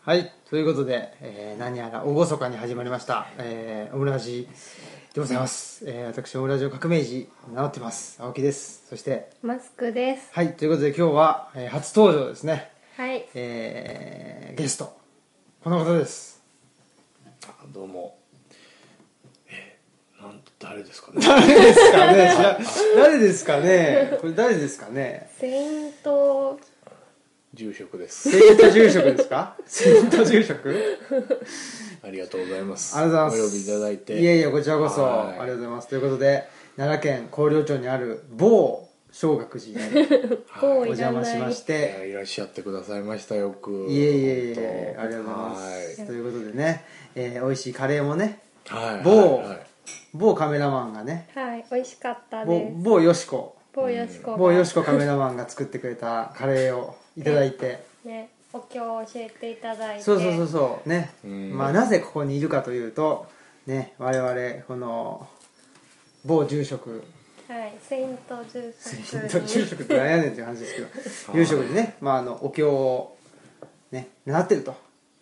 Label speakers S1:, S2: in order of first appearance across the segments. S1: はい、ということで、えー何やら厳かに始まりました、えーオムラジでございます。えー私、オムラジを革命児、名乗ってます。青木です。そして、
S2: マスクです。
S1: はい、ということで今日は、えー初登場ですね、
S2: はい。
S1: えーゲスト、この方です。
S3: あどうもえなん誰です かね
S1: 誰ですかね知ら誰ですかねこれ誰ですかね
S2: セイント、
S3: 住職です
S1: 生徒住職です か生徒住職
S3: ありがとうございます
S1: ありがとうございます
S3: お呼びいただいて
S1: いやいやこちらこそあ
S3: はい
S1: りがとうございますということで奈良県広陵町にある某小学寺にお
S2: 某い
S1: 邪
S2: ら
S1: 魔し
S2: な
S1: ま
S2: い
S1: し
S3: いや
S1: て
S3: いらっしゃってくださいましたよく
S1: いえいえいえあ
S3: 本
S1: りがとうございます
S3: は
S1: ということでね、えー、美味しいカレーもね
S3: いはい
S1: 某
S3: はいはい
S1: 某カメラマンがね
S2: はい、美味しかった
S1: 某
S2: です。
S1: 某よしこ
S2: 某よしこが。
S1: 某よしこカメラマンが作ってくれたカレーをいただいて
S2: ね、お経を教えていただいて。
S1: そうそうそうそうね、
S3: うん
S1: まあなぜここにいるかというとね我々この某住職
S2: はい、セイント住職に。
S1: 住職って悩んでんっていう話ですけど
S3: はい
S1: 住職にね、まあ、あのお経をね習ってると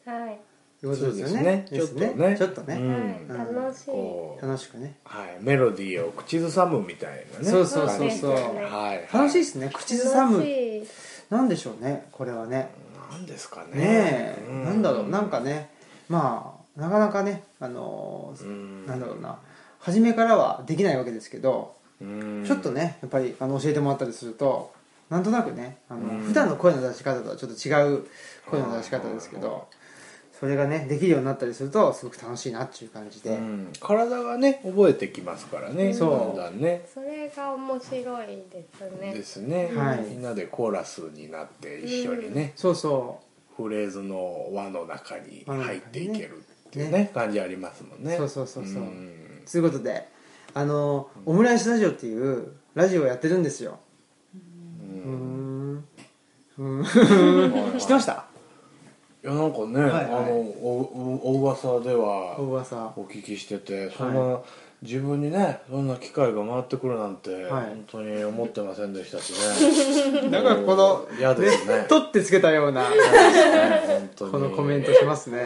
S2: はい、
S1: いうことですよね
S3: そうですね
S1: です
S3: ち
S1: ち
S3: ょ
S1: ょ
S3: っ
S1: っ
S3: と
S1: と
S3: ね
S1: ね、
S3: うん
S2: はい、楽しい。
S3: こう
S1: 楽しくね
S3: はいメロディーを口ずさむみたいなね
S1: そうそうそう
S2: そう
S3: 感じではいはい
S1: 楽しいですね口ずさ
S2: 楽
S1: む
S2: しい。
S1: なんでしょうねこれはね
S3: なんですかね
S1: ねえ、
S3: う
S1: なんだろうなんかねまあなかなかねあの
S3: う
S1: ー
S3: ん
S1: なんだろうな初めからはできないわけですけど
S3: うん
S1: ちょっとねやっぱりあの教えてもらったりするとなんとなくねあの、
S3: うん
S1: 普段の声の出し方とはちょっと違う声の出し方ですけ
S3: はいはい
S1: どそれがねできるようになったりするとすごく楽しいなっていう感じで、
S3: うん体がね覚えてきますからね
S1: そう
S3: だんだんね
S2: それが面白いですね
S3: で。すね、
S1: はい
S3: みんなでコーラスになって一緒にね、
S1: そうそ
S3: フレーズの輪の中に入っていけるってい
S1: 輪の中
S3: うね
S1: にね
S3: 感じありますもんね
S1: そうそうそうそうんうということであのオムライスラジオっていうラジオをやってるんですようーんうーん知ってました
S3: いやなんか
S1: は
S3: ね、
S1: いはい
S3: あのおおお噂では
S1: 大噂
S3: お聞きしててそんな、自分にねそんな機会が回ってくるなんて、
S1: はい
S3: 本当に思ってませんでしたし ね
S1: なんかこの
S3: うん嫌ですね
S1: 取ってつけたような
S3: 本当に
S1: このコメントしますね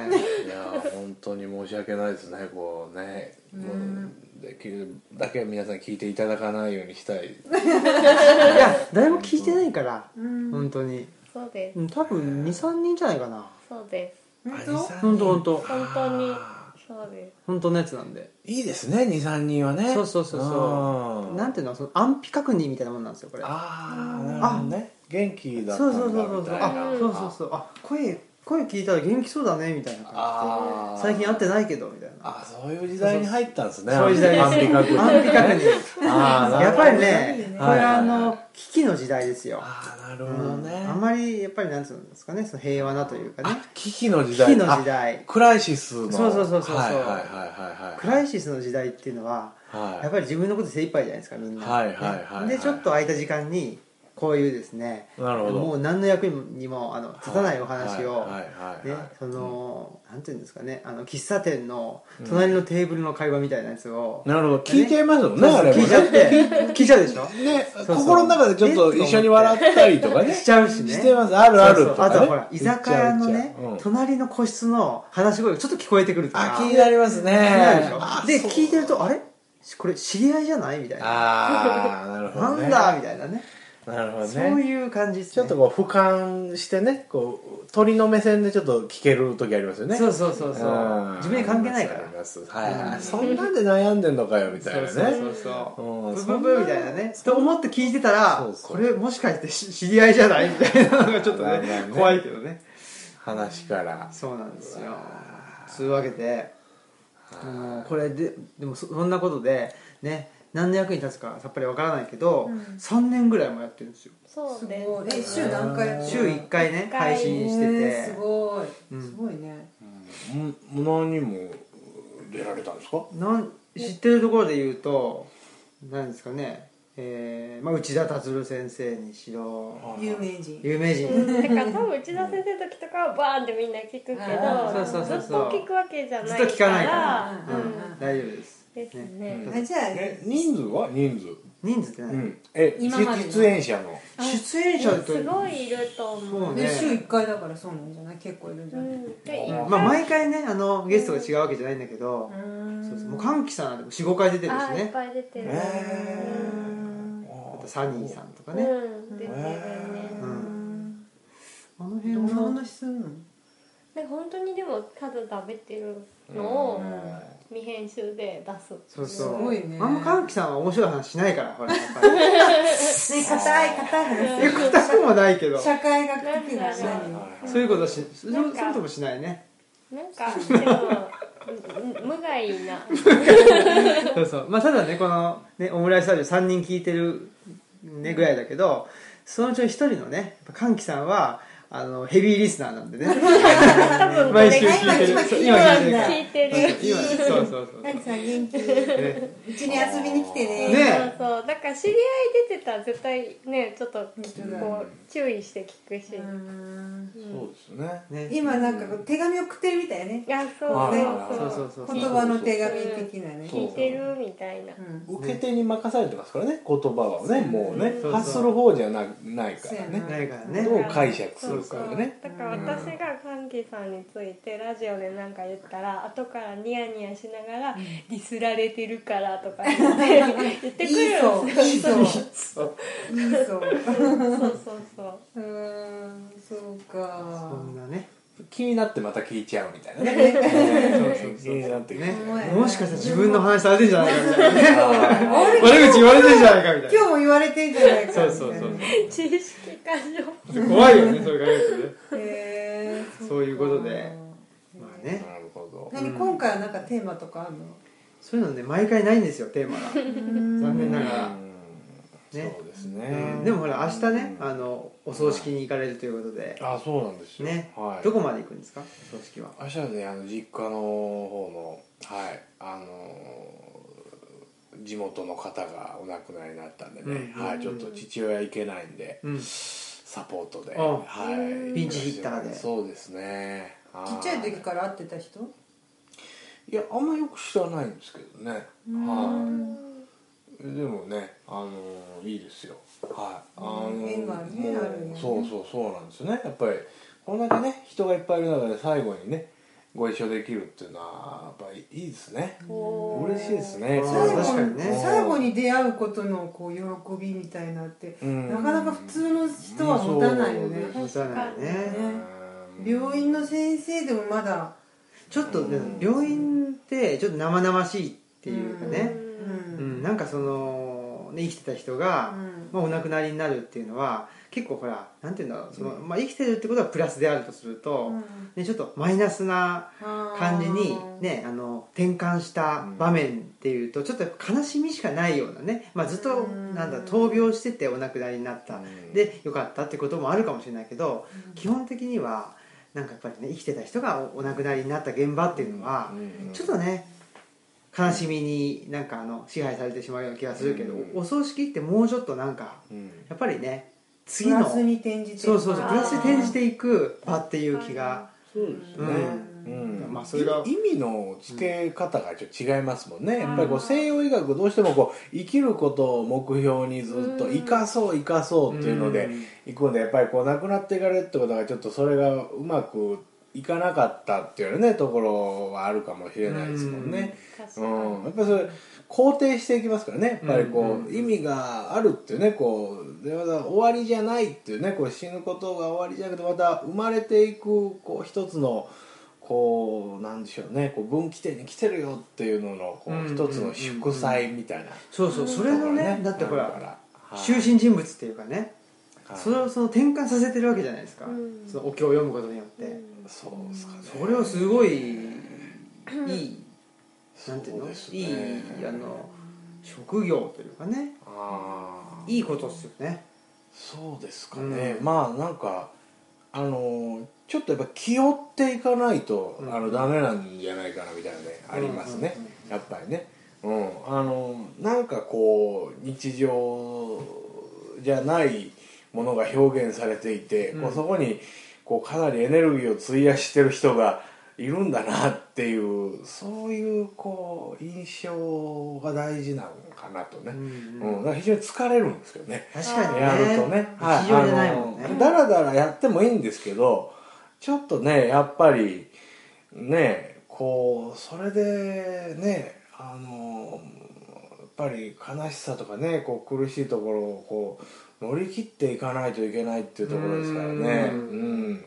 S3: いやー本当に申し訳ないですねこうね、もうできるだけ皆さん聞いていただかないようにしたい
S1: いや誰も聞いてないから本当に
S2: そうです
S1: う。ん多分23人じゃないかな
S2: そうです。
S1: 本当
S3: 本
S1: 本当
S2: 本当に。そうで
S1: 本当のやつなんで
S3: いいですね23人はね
S1: そうそうそうそう
S3: あー
S1: なんていうのその安否確認みたいなもんなんですよこれ
S3: あーなるほどね元気だった
S1: そ
S3: ん
S1: う
S3: だ
S1: そうそうそ
S3: み
S1: う
S3: たいな
S1: あそうそうそうあ声声聞いたら元気そうだねみたいな感
S3: あ
S1: じ
S3: ー
S1: で最近会ってないけどみたいな
S3: あそういう時代に入ったんですね
S1: そういう時代です
S3: 安否確認
S1: 安否確認
S3: あーなる
S1: やっ
S3: ほど
S1: ぱりねこれ
S3: はいはいはい
S1: はあの危機の時代ですよ
S3: あーなる
S1: う
S3: ほど
S1: ん
S3: ね、
S1: あんまりやっぱりなんつうんですかねその平和なというかね
S3: あ危機の時
S1: 危
S3: 代
S1: 機の時代
S3: あクライシスの
S1: そうそうそうそうそう
S3: はいはいはいはいはい
S1: クライシスの時代っていうのは
S3: はい
S1: やっぱり自分のこと精一杯じゃないですかみんな、
S3: はいはいはいはい
S1: でちょっと空いた時間にこういうですね
S3: なるほど
S1: もう何の役にもあの立たないお話を、
S3: はいはいはい
S1: ね
S3: はい
S1: その、なんていうんですかねあの喫茶店の隣のテーブルの会話みたいなやつを、
S3: なるほど聞いちゃいますもんね
S1: そう
S3: あ
S1: そう
S3: れも
S1: 聞い
S3: ね
S1: ちゃ って聞いちゃうでしょ
S3: ね
S1: うそう
S3: 心の中でちょっと一緒に笑ったりとかね
S1: しちゃうしね
S3: してますあるある
S1: そう
S3: と
S1: そうあ
S3: か
S1: と
S3: ね
S1: ほら居酒屋のね、
S3: うん
S1: 隣の個室の話し声がちょっと聞こえてくるとか
S3: あ気になりますね
S1: 気になるでしょ
S3: あ
S1: で
S3: そう
S1: 聞いてるとあれこれ知り合いじゃないみたいな
S3: あーなるほ
S1: な
S3: ど
S1: ん
S3: ね
S1: だみたいなね
S3: なるほどね
S1: そういう感じですね
S3: ちょっとこう俯瞰してねこう鳥の目線でちょっと聞ける時ありますよね
S1: そうそうそうそ
S3: ん
S1: う自分に関係ないから
S3: ありますはいはいそんなんで悩んでんのかよみたいなね
S1: そうそうそう
S3: うん
S1: ブブブーみたいなねと思って聞いてたら
S3: そうそ
S1: こ
S3: う
S1: れもしかしてし知り合いじゃないみたいなのがちょっと
S3: まあまあ
S1: ね
S3: ね
S1: 怖いけどね
S3: 話から
S1: そうなんですよそういうわけでもうこれででもそそんなことでね何の役に立つかさっぱりわからないけど
S4: うん
S1: 3年ぐらいもやってるんですよ
S2: す。そう
S4: す
S2: で
S4: ごい。え、
S2: す。
S4: 週何回やってる
S1: 週1回ね
S2: 一回
S1: 配信して
S4: えー
S1: て
S4: すごい。
S1: うん
S4: すごいね。
S3: うん何人も出られたんですか
S1: なん知ってるところで言うと何ですかね、えーまあ、内田達郎先生にしろ
S4: 有名人。
S1: 有名
S2: うん
S1: 人
S2: だから多分内田先生の時とかはバーンってみんな聞くけ
S4: あ
S2: ど
S4: ーそうそうそう
S1: そう
S2: ずっと聞くわけじゃないから
S1: ずっと聞かないから
S2: う
S1: うんん大丈夫です
S2: ですね
S1: うん
S4: あ、じゃあ、
S3: え人数は人数
S1: 人数ってない、
S3: うん、え
S4: 今までの
S3: 出演者の
S4: あ
S1: 出演者と
S2: すごいいると思
S1: そう
S2: う
S1: ね
S4: で週1回だからそうなんじゃない結構いるんじ
S2: う
S4: ゃない
S2: んで一
S1: まあ、
S2: 回
S1: 毎回ねあのゲストが違うわけじゃないんだけど、
S4: ーん
S1: そうそうもう歓喜さんなんて45回出てるし
S2: あーいっ
S1: ね
S2: ぱい出てる
S3: へ
S1: あとサニーさんとか
S2: う
S1: ね、
S2: ん出てるね
S4: うん
S1: あの辺
S4: どんな
S1: の
S4: 話するの
S2: で本当にでもただ食べてるのを未編集で出す
S1: そう
S4: す
S1: そう
S4: ごいね
S1: あんま歓喜さんは面白い話しないからほらやっぱ
S4: ね硬い硬い話
S1: り硬くもないけどそ
S4: 社会学的な
S2: そう
S4: 何
S1: ういうことしそ
S2: なんか
S1: そういうこともしないね
S2: なんかでもうん無 害な
S1: そうそうまあただねこの、ね、オムライススタジオ3人聞いてる、ね、ぐらいだけどそのうちの1人のねやっぱ歓喜さんはあのヘビーリスナーなんでね
S2: 多分
S1: 毎週聞いてる
S4: 今
S1: そう
S4: 今聞いてるんだ
S1: から
S2: 聞いてる
S1: 今そうそうそう
S4: 何さん元気
S1: ね
S4: うちに遊びに来てね
S1: ね
S2: そうそうだから知り合い出てたら絶対ねちょっとこう注意して聞くし、
S4: う
S2: うん
S4: ん
S3: そうです
S1: ね
S3: ね
S4: 今なんかこう手紙送ってるみたいね
S2: いやそう
S3: はい
S1: そう
S2: そ
S1: そううそう
S4: 言葉の手紙的なね
S2: そう聞いてるみたいな、
S4: うん
S3: 受け手に任されてますからね言葉はねもうね
S1: そうそう
S3: 発する方じゃなないか
S4: そう
S3: ら
S4: や
S3: ね
S4: な
S1: ないから
S2: うん
S1: ね
S3: どう解釈するかがね
S2: だから私がカンキさんについてラジオで何か言ったら後からニヤニヤしながら「ディスられてるから」とか言って言ってくるよ
S4: いいそういいそう
S1: そう
S4: いいそう
S2: そうそうそう
S4: うーんそう
S1: そ
S4: か
S1: んなね
S3: 気になってまた聞いちゃうみたい なね
S1: そうそう
S3: 気になって
S1: ね
S4: ほんまやな
S1: もしかしたら自分の話されてんじゃないかみたいなね
S4: あれ
S1: 悪口言われてんじゃないかみたい
S4: 今日も言われてんじゃないかみたい
S1: な
S4: な
S1: そうそうそう
S2: 知識過剰
S1: そう怖いよねそれ考えるとね
S4: へー
S1: そういうことで
S4: そっか
S1: まあね
S3: なるほど
S4: 何今回はなんかテーマとかあるの
S1: そういうのね毎回ないんですよテーマが残念なが
S3: う
S1: ら
S3: ん
S1: ね
S3: そうです
S1: うん
S3: ね
S1: でもほら明日ね
S3: うん
S1: あのお葬式に行かれるということで
S3: あそうなんですよ
S1: ね
S3: はい
S1: どこまで行くんですかお葬式は
S3: 明日はねあの実家の方のはいあのー地元の方がお亡くなりになったんでね、
S1: うん
S3: はい、ちょっと父親行けないんで、
S1: うん
S3: サポートで、
S1: あ
S3: はい、
S1: ピンチヒッターで
S3: そうですねはい
S4: ちっちゃい時から会ってた人
S3: いやあんまよく知らないんですけどねはいでもねあのーいいですよはいあのー
S4: 今
S3: も
S4: ね
S3: う
S4: あるよね
S3: そうそうそうなんですよねやっぱりこんだけね人がいっぱいいる中で最後にねご一緒できるっていうのはやっぱりいいですね嬉しいですね
S1: あ
S4: 最
S1: ー
S4: 後
S1: 確かに
S4: に
S1: ね
S4: 最後に出会うことのこう喜びみたいなって
S3: うん
S4: なかなか普通の人は持たないよ
S3: うん
S4: ね
S1: 持たないね
S4: 病院の先生でもまだ
S1: ちょっとね
S3: うん
S1: 病院ってちょっと生々しいっていうかね
S4: う
S1: うんんなんかそのね生きてた人が
S4: うん
S1: まあお亡くなりになるっていうのは結構ほらなんていうんだろうそのまあ生きてるってことはプラスであるとすると
S4: うん
S1: ねちょっとマイナスな感じにねあの転換した場面っていうとちょっとやっぱ悲しみしかないようなね、まあ、ずっと
S4: うん
S1: なんだ闘病しててお亡くなりになった
S3: うん
S1: でよかったってこともあるかもしれないけど基本的にはなんかやっぱりね生きてた人がおお亡くなりになった現場っていうのはちょっとね悲しみになんかあの支配されてしまうような気がするけど
S3: うん
S1: おお葬式ってもうちょっとなんかやっぱりね次
S4: プ
S1: の
S4: ラ
S1: そ
S4: ス
S1: う
S4: に転じて
S1: そうそうプ
S2: あー
S1: ラスに転じていく場っていう気が
S3: そうですね、
S1: うん
S3: うん
S1: まあそれが
S3: 意意味の付け方がちょっと違いますもんね、やっぱりこ
S2: あ
S3: う
S2: ー
S3: 西洋医学どうしてもこう生きることを目標にずっと
S2: うん
S3: 生かそう生かそうっていうので
S1: うん
S3: 行くんでやっぱりこう亡くなっていかれるってことがちょっとそれがうまくいかなかったっていうねところはあるかもしれないですもんね。
S2: 確かに、
S3: うん、やっぱりそれ肯定していきますからねやっぱりこう、
S1: うんうん
S3: 意味があるっていうねこうでまた終わりじゃないっていうねこう死ぬことが終わりじゃなくてまた生まれていくこう一つのこうなんでしょうねこう分岐点に来てるよっていうののこ
S1: うんうん
S3: う
S1: うん
S3: 一つの祝祭みたいな、
S1: そうそうそれのねだってほ
S3: あるかららはい
S1: 中心人物っていうかね
S3: はい
S1: それをその転換させてるわけじゃないですか、
S2: うん
S1: そのお経を読むことによって、
S3: そうですかね
S1: それをすごいいいなんていうの
S3: そうですね
S1: いいあの職業というかね
S3: あー
S1: いいことっすよね
S3: そうですかね、
S1: うん
S3: まあなんかあのーちょっとやっぱ気負っていかないと、
S1: うん
S3: あのダメなんじゃないかなみたいなねありますね、
S1: うんうん
S3: やっぱりね、うん、あのーなんかこう日常じゃないものが表現されていて、
S1: うん
S3: こうそこにこうかなりエネルギーを費やしてる人がいるんだなっていうそういうこう印象が大事なのかなとね、
S1: うん
S3: うんだから非常に疲れるんですけどね
S1: 確かにね
S3: やるとね、はい
S1: 日常じゃないもん
S3: あの
S1: ね
S3: だらだらやってもいいんですけどちょっとねやっぱりねこうそれでねあのやっぱり悲しさとかねこう苦しいところをこう乗り切っていかないといけないっていうところですからね
S1: う
S3: うんんやっ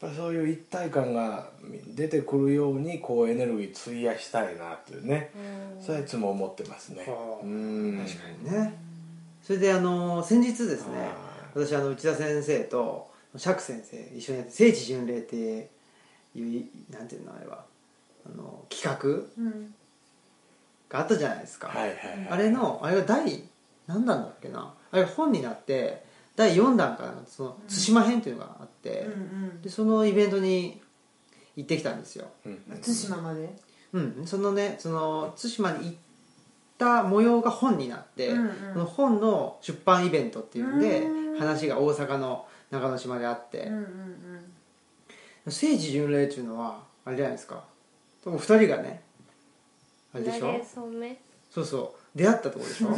S3: ぱりそういう一体感が出てくるようにこうエネルギー費やしたいなっていうね
S2: うん
S3: それはいつも思ってますね
S1: はあ
S3: うん
S1: 確かにねそれであの先日ですね
S3: は
S1: 私あの内田先生と釈先生一緒にやって「聖地巡礼」っていうなんていうのあれはあの企画
S4: うん
S1: があったじゃないですか、
S3: はいはい
S1: あれのあれが第何弾だっけなあれが本になって第4弾からのその対馬編というのがあって
S4: う、ん
S1: でそのイベントに行ってきたんですよ
S3: うん
S4: うん対馬まで
S1: うんそのねその対馬に行った模様が本になって、
S4: うんうん
S1: その本の出版イベントっていうんで
S4: うん
S1: 話が大阪の中之島であって、
S4: うんうん
S1: 聖地巡礼っていうのはあれじゃないですか多分2人がねあれでし
S2: な
S1: ょ
S2: れそめ
S1: そうそう出会ったとこで しょ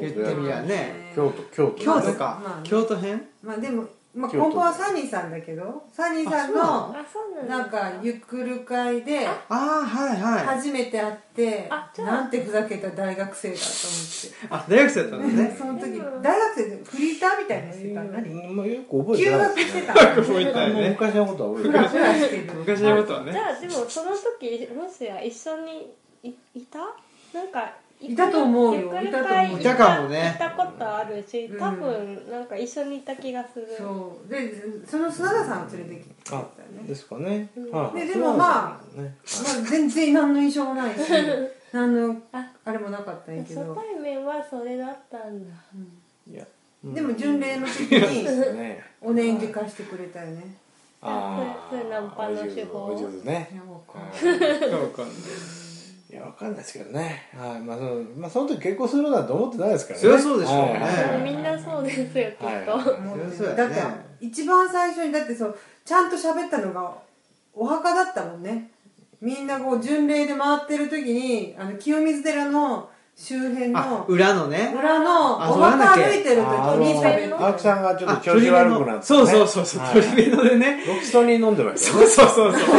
S1: 言ってみりゃね
S3: 京都京都
S1: 京都か、
S4: まあね
S1: 京都編
S4: まあでもまあ
S3: 京都
S4: 今後はサニーさんだけどサニーさ
S1: あ
S4: んの
S2: あそうな
S4: なんん
S2: です
S4: かゆっくる会で
S1: ああはいはい
S4: 初めて会って
S2: あじゃあ
S4: なんてふざけた大学生だと
S1: あ大学生だった
S4: 思
S1: ん
S4: っ
S1: で
S4: て
S1: すね
S4: その時大学生でフリーターみたいなのしてた何
S3: まあよく覚えて
S4: 休
S3: ない
S4: 学
S3: で
S4: し
S3: すね
S4: てた
S1: 覚えてない
S3: もう昔のことは覚え
S4: フ
S3: てない
S4: ラフラしてる
S1: 昔のことは
S2: じ
S1: ね
S2: ゃあでもその時もしや一緒にいいたなんか
S4: いたと思うよ
S2: ゆっくり
S4: いたと
S2: 会
S4: 思う
S1: いたかもね
S2: 行ったことあるし
S4: うん
S2: 多分なんか一緒にいた気がする、
S4: そうでその砂田さんを連れてきてたよ
S3: あ
S4: ね
S3: ですかね
S2: うん。
S3: はい
S4: ででもま
S3: そうなんですよね
S4: まあ全然何の印象もないし何のあれもなかったんやけ
S2: 初
S4: ど、
S2: 対面はそれだったんだ
S4: うん
S3: はいいや
S4: でも巡礼の時に
S3: うんね。
S4: お年次貸してくれたよね
S3: ああ。
S2: それそれナンパの手法
S3: お上手お上手
S4: い
S3: ね。
S4: やわかんない
S3: はい
S1: そうか
S3: いやわかんないですけどね。はいまあそのまあその時結婚するなんて思ってないですからね。
S1: そりゃそうでしょうね
S3: はいはいはい
S2: みんなそうですよきっと、
S3: はい
S4: 思ってる
S1: そうやね
S4: だって一番最初にだってそうちゃんと喋ったのがお墓だったもんねみんなこう巡礼で回ってる時にあの清水寺の周辺
S1: あ
S4: の
S1: 裏のね
S4: 村の
S1: あそう
S4: お
S1: なんだっけ
S4: 墓歩いてる時
S3: あ
S4: に
S3: の
S4: 喋
S2: あ
S4: っ
S3: 青木
S4: た
S3: さんがちょっ
S1: あ
S3: と調子悪くなって、ね。
S1: そうそうそうそう
S3: はい
S1: トリベロでね
S3: ロキソニン飲んでました
S1: そう
S3: ね。
S1: そう そうそう僕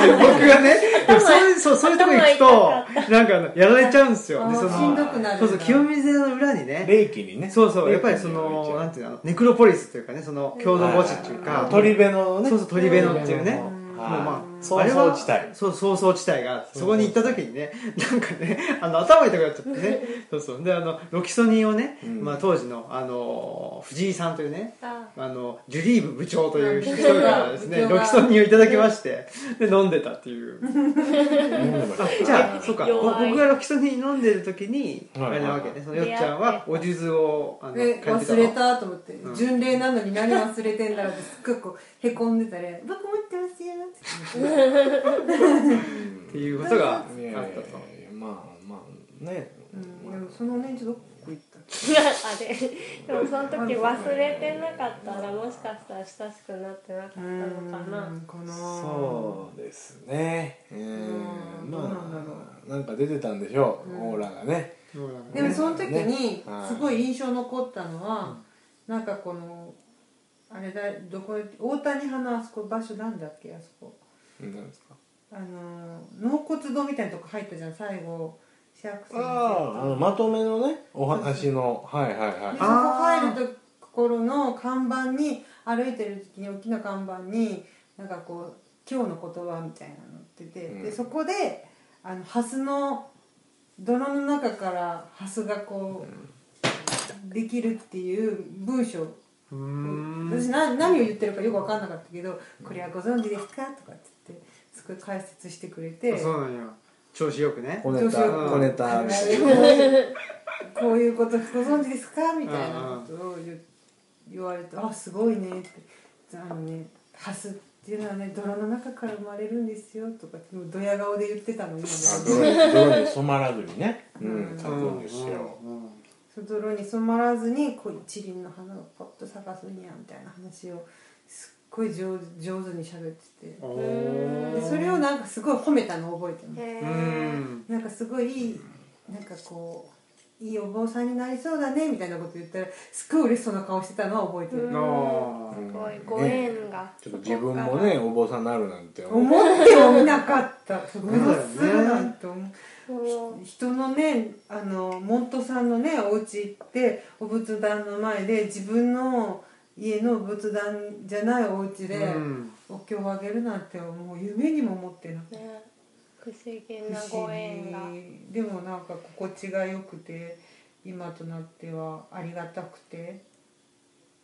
S1: がねそういうそうそういうとこ行くとなんかやられちゃうんですよ
S4: あ
S1: でそ
S4: ー
S1: の
S4: しんどくなるんだ
S1: そうそう清水寺の裏にね
S3: 霊気にね。
S1: そうそうやっぱりそ
S3: 霊気に
S1: の
S3: は
S1: なんていうのネクロポリスというかねその郷土墓地っていう
S3: は
S1: か
S3: は鳥辺のね。
S1: そうそう鳥辺のっていうね
S3: 鳥辺の
S1: もうま
S3: は
S1: ああ
S3: い
S1: れは
S3: 草創地帯
S1: そうそうそう地帯があってそこに行った時にねなんかねあの頭痛くなっちゃってねそうそうであのロキソニンをね、
S3: うん
S1: まあ、当時のあの藤井さんというね
S2: あ
S1: あのジュリーブ部長という人
S4: うん
S1: からですね
S4: 部長
S1: ロ
S4: が
S1: キソニンをいただきましてで飲んでたっていう
S3: 飲んでました
S1: あ
S3: ね
S1: じゃあそうか
S2: 弱い
S1: 僕がロキソニン飲んでる時に
S3: はい
S1: あれなわけねそのよっちゃんはお術をあの借
S4: で
S1: りてたの
S4: 忘れたと思って、
S1: うん
S4: 巡礼なのに何忘れてんだろうってすっごいこうへこんでたら「僕持ってますよ」って
S1: っていうことがあっ
S3: いやいやいや
S1: たと。
S3: まあまあね、
S4: うん、でもその年次どこ行ったっけ
S2: あれでもその時忘れてなかったらもしかしたら親しくなってなかったのかな
S4: かな
S3: そうですねうん
S4: うんどうなんだろ
S3: まあなんか出てたんでしょう、
S4: うん
S3: オーラがね
S1: そうなのね
S4: でもその時に
S3: はい
S4: すごい印象残ったのは、なんかこのあれだどこ大谷派のあそこ場所なんだっけあそこ
S3: なんですか
S4: あの納骨堂みたいなとこ入ったじゃん最後シャーク先
S3: あああの
S4: 生と
S3: まとめのねお話のはいはいはい
S4: でそこ入るところの看板に歩いてる時に大きな看板になんかこう今日の言葉みたいなの載ってて、
S3: うん
S4: でそこであのハスの泥の中からハスがこう、できるっていう文章
S1: うーん
S4: 私な何を言ってるかよく分かんなかったけど「これはご存知ですか?」とかって言ってすごい解説してくれて
S1: そうなんよ調子よくね
S3: 小ネタ
S4: どうしよ
S1: う
S3: 小ネタみたいな
S4: こういうことご存知ですか?」みたいなことを言言われて「あすごいね」って「あのねハスっていうのはね泥の中から生まれるんですよ」とかってもうドヤ顔で言ってたの に
S3: あ泥に泥に染まらずにね、う
S4: うん
S3: ん、書くんですよ、
S1: うんうん
S4: その泥に染まらずにこう一輪の花をポッと咲かすにゃみたいな話をすっごい上上手に喋ってて
S1: お
S2: ー
S4: でそれをなんかすごい褒めたのを覚えてます
S2: へ
S1: う
S2: え
S1: ん
S4: なんかすごいいいなんかこういいお坊さんになりそうだねみたいなこと言ったらすごい嬉しそうな顔してたのは覚えてる、
S2: うん
S1: あ
S2: すごいご縁が
S3: ちょっと自分もねお坊さんになるなんて思う
S4: 思ってもみなかったすごい
S1: そうだよね
S4: するなんて思う
S2: そこ
S4: 人のねあの門徒さんのねお家行ってお仏壇の前で自分の家の仏壇じゃないお家
S1: う
S4: で
S1: ん
S4: お経をあげるなんてもう夢にも思ってなく
S2: がね不思議
S4: て
S2: なご縁が
S4: でもなんか心地が良くて今となってはありがたくて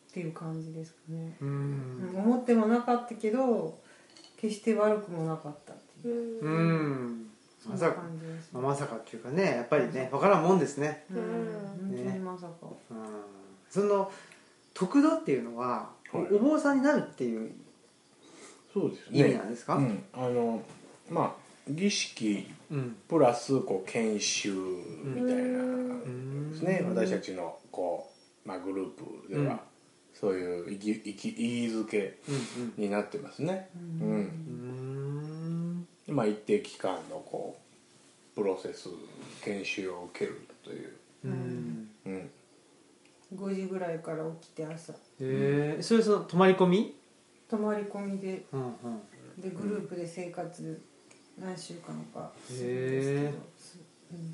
S4: っていう感じですかね、
S1: う
S4: うん
S1: ん
S4: 思ってもなかったけど決して悪くもなかったっ
S2: う
S4: ていうん
S1: う
S2: うん
S1: ん
S4: そ
S1: ま
S4: ん
S1: さ
S4: な
S1: か
S4: 感じですね、
S1: まさかっていうかねやっぱりね分からんもんですね
S4: うん
S2: う
S4: 本
S1: ん
S4: 当にまさか、
S1: うんその得度っていうのは
S3: はい
S1: お坊さんになるっていう
S3: そうです
S1: 意
S3: ね
S1: 味なんですか
S3: うん、あのまあ儀式
S1: うん
S3: プラスこう研修みたいな
S1: うん
S3: ですね、私たちのこう、まあ、グループでは、
S1: うん
S3: そういう意義意義意義づけ
S1: うん
S3: になってますね、
S4: う
S3: うん
S1: うんうん
S3: まあ、一定期間のこうプロセス研修を受けるという、
S1: うん
S3: うん、
S4: 5時ぐらいから起きて朝
S1: へえそれその泊まり込み
S4: 泊まり込みで
S1: うんうん
S4: でグループで生活何週間かするん
S1: へ
S4: ですけど、うん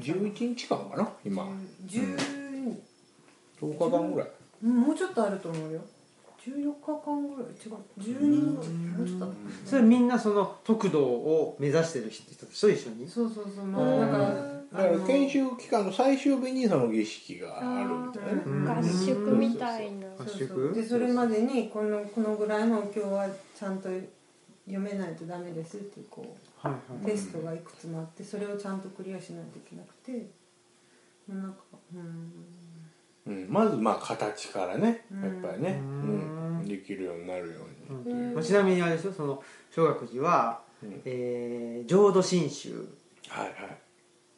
S3: 11日間かな今
S4: 10
S3: 10日間ぐらい
S4: うんもうちょっとあると思うよ14日間ぐらい違う12人ぐらいもうちょっとある
S1: それみんなその得度を目指してる人たちと一緒に
S4: そうそうそうまあだ
S3: だ
S4: から
S3: か
S4: あ
S3: ら
S4: の
S3: 研修期間の最終日にその儀式があるみたいなね
S4: う
S1: うん
S4: ん
S2: 合宿みたいな
S1: 合
S4: そう
S1: 宿
S4: そうでそれまでにこのこのぐらいの今日はちゃんと読めないとダメですっていうこう
S1: はいは
S4: テストがいくつもあってそれをちゃんとクリアしないといけなくてもうなんかうん
S3: うん、まずまあ形からね
S4: うん
S3: やっぱりね、う
S1: うん
S3: んできるようになるように、
S2: うん
S1: まあちなみにあれでしょその小学寺は、
S3: うん
S1: えー浄土真宗
S3: はいはい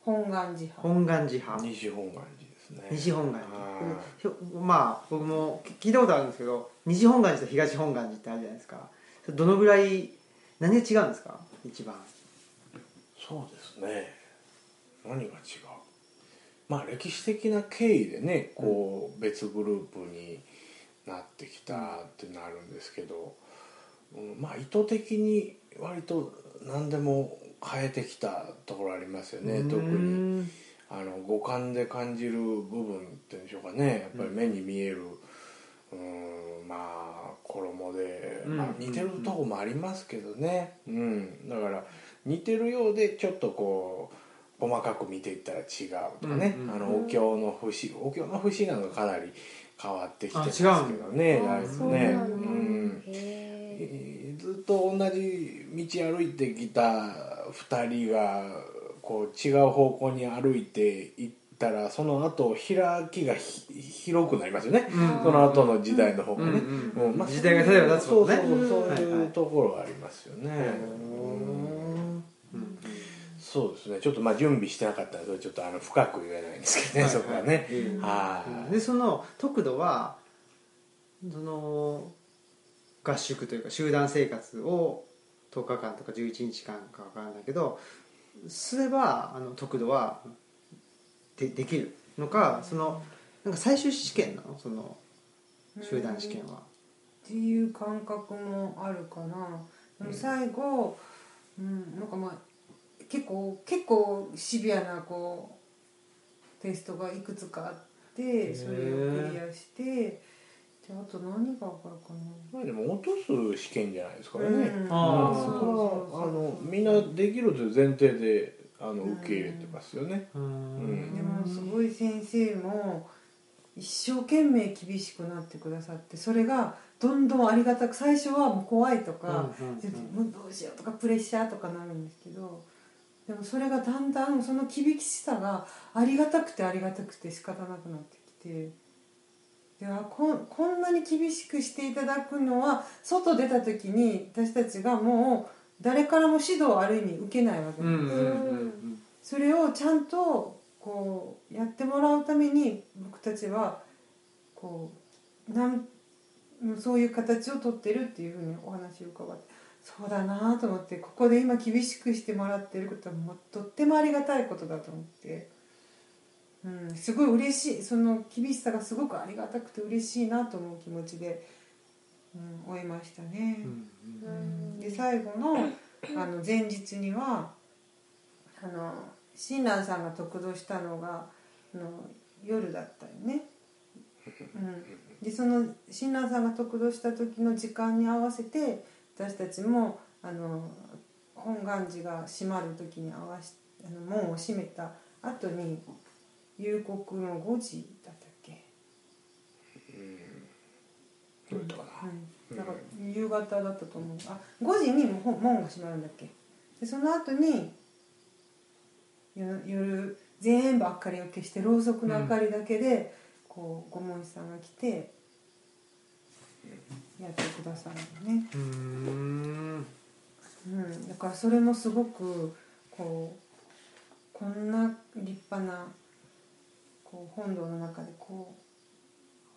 S4: 本願寺派
S1: 本願寺派
S3: 西本願寺ですね
S1: 西本願
S3: あ
S1: 寺ひょまあ僕も聞いたことあるんですけど西本願寺と東本願寺ってあるじゃないですかそれどのぐらい何が違うんですか一番
S3: ーそうですね何が違うまあ歴史的な経緯でねこう別グループになってきたってなるんですけど、うん、まあ意図的に割と何でも変えてきたところありますよね特に
S1: に
S3: あの五感で感じる部分っていうんでしょうかねやっぱり目に見える、うーん、まあ衣で、
S1: うん
S3: まあ、似てるとこもありますけどね、うんだから似てるようでちょっとこう細かく見ていったら違うとかね、
S1: うんうん
S3: あのお経の節お経の節なんかかなり変わってきてますけ
S1: あ違う
S3: どねだい
S2: あ
S3: ぶね。
S2: そうなんだ
S3: うん
S2: へ
S3: えーずっと同じ道歩いてきた2人がこう違う方向に歩いていったらその後開きがひ広くなりますよね、
S1: うん
S3: その後の時代の方
S1: う
S3: が
S1: ん
S3: ね、
S1: うん
S3: うんまあ
S1: 時代が例えば立つもんね
S3: そうそうそう
S1: うん
S3: そ
S1: は
S3: う
S1: いはい
S3: いうところがありますよね、
S1: うんうん
S3: そうですねちょっとまあ準備してなかったのでちょっとあの深く言えないんですけどね、そこはね
S1: いい
S4: うん
S3: はい、
S1: でその得度はその合宿というか集団生活を10日間とか11日間かわからないけどすればあの得度はでできるのかそのなんか最終試験なのその集団試験は。
S4: っていう感覚もあるかなでも最後、うん、なんかまあ結構結構シビアなこうテストがいくつかあってそれをクリアしてじゃああと何が分かるか
S3: まあでも落とす試験じゃないですから
S4: な、
S3: ね、
S4: うん、
S1: あー
S3: そ
S1: そう
S3: こはあのみんなできるという前提であの
S4: うん
S3: 受け入れてますよね。
S1: う
S4: でもすごい先生も一生懸命厳しくなってくださってそれがどんどんありがたく最初はもう怖いとか、
S1: うんうんうん
S4: もうどうしようとかプレッシャーとかなるんですけどでもそれがだんだんその厳しさがありがたくてありがたくて仕方なくなってきて。ではこんこんなに厳しくしていただくのは外出た時に私たちがもう誰からも指導をある意味受けないわけ
S1: う
S4: なんで
S1: ん
S4: す
S1: うん
S4: それをちゃんとこうやってもらうために僕たちはこうなんうんそういう形をとってるっていうふうにお話を伺ってそうだなと思ってここで今厳しくしてもらってることはもうとってもありがたいことだと思って、うん、すごい嬉しいその厳しさがすごくありがたくて嬉しいなと思う気持ちで、うん、終えましたね。
S1: うん
S2: う
S4: で最後のあの前日にはあの親鸞さんが得度したのがあの夜だったよね。うん、でその親鸞さんが得度した時の時間に合わせて私たちもあの本願寺が閉まる時に合わしあの門を閉めた後に夕刻の5時だったっけ
S3: どうやったか
S4: うん、なんか夕方だったと思うあ5時にもう門が閉まるんだっけでその後に夜夜全部明かりを消してろうそくの明かりだけで、こう御門師さんが来てやってくださるのね、
S1: うーん
S4: うん、だからそれもすごくこうこんな立派なこう本堂の中でこ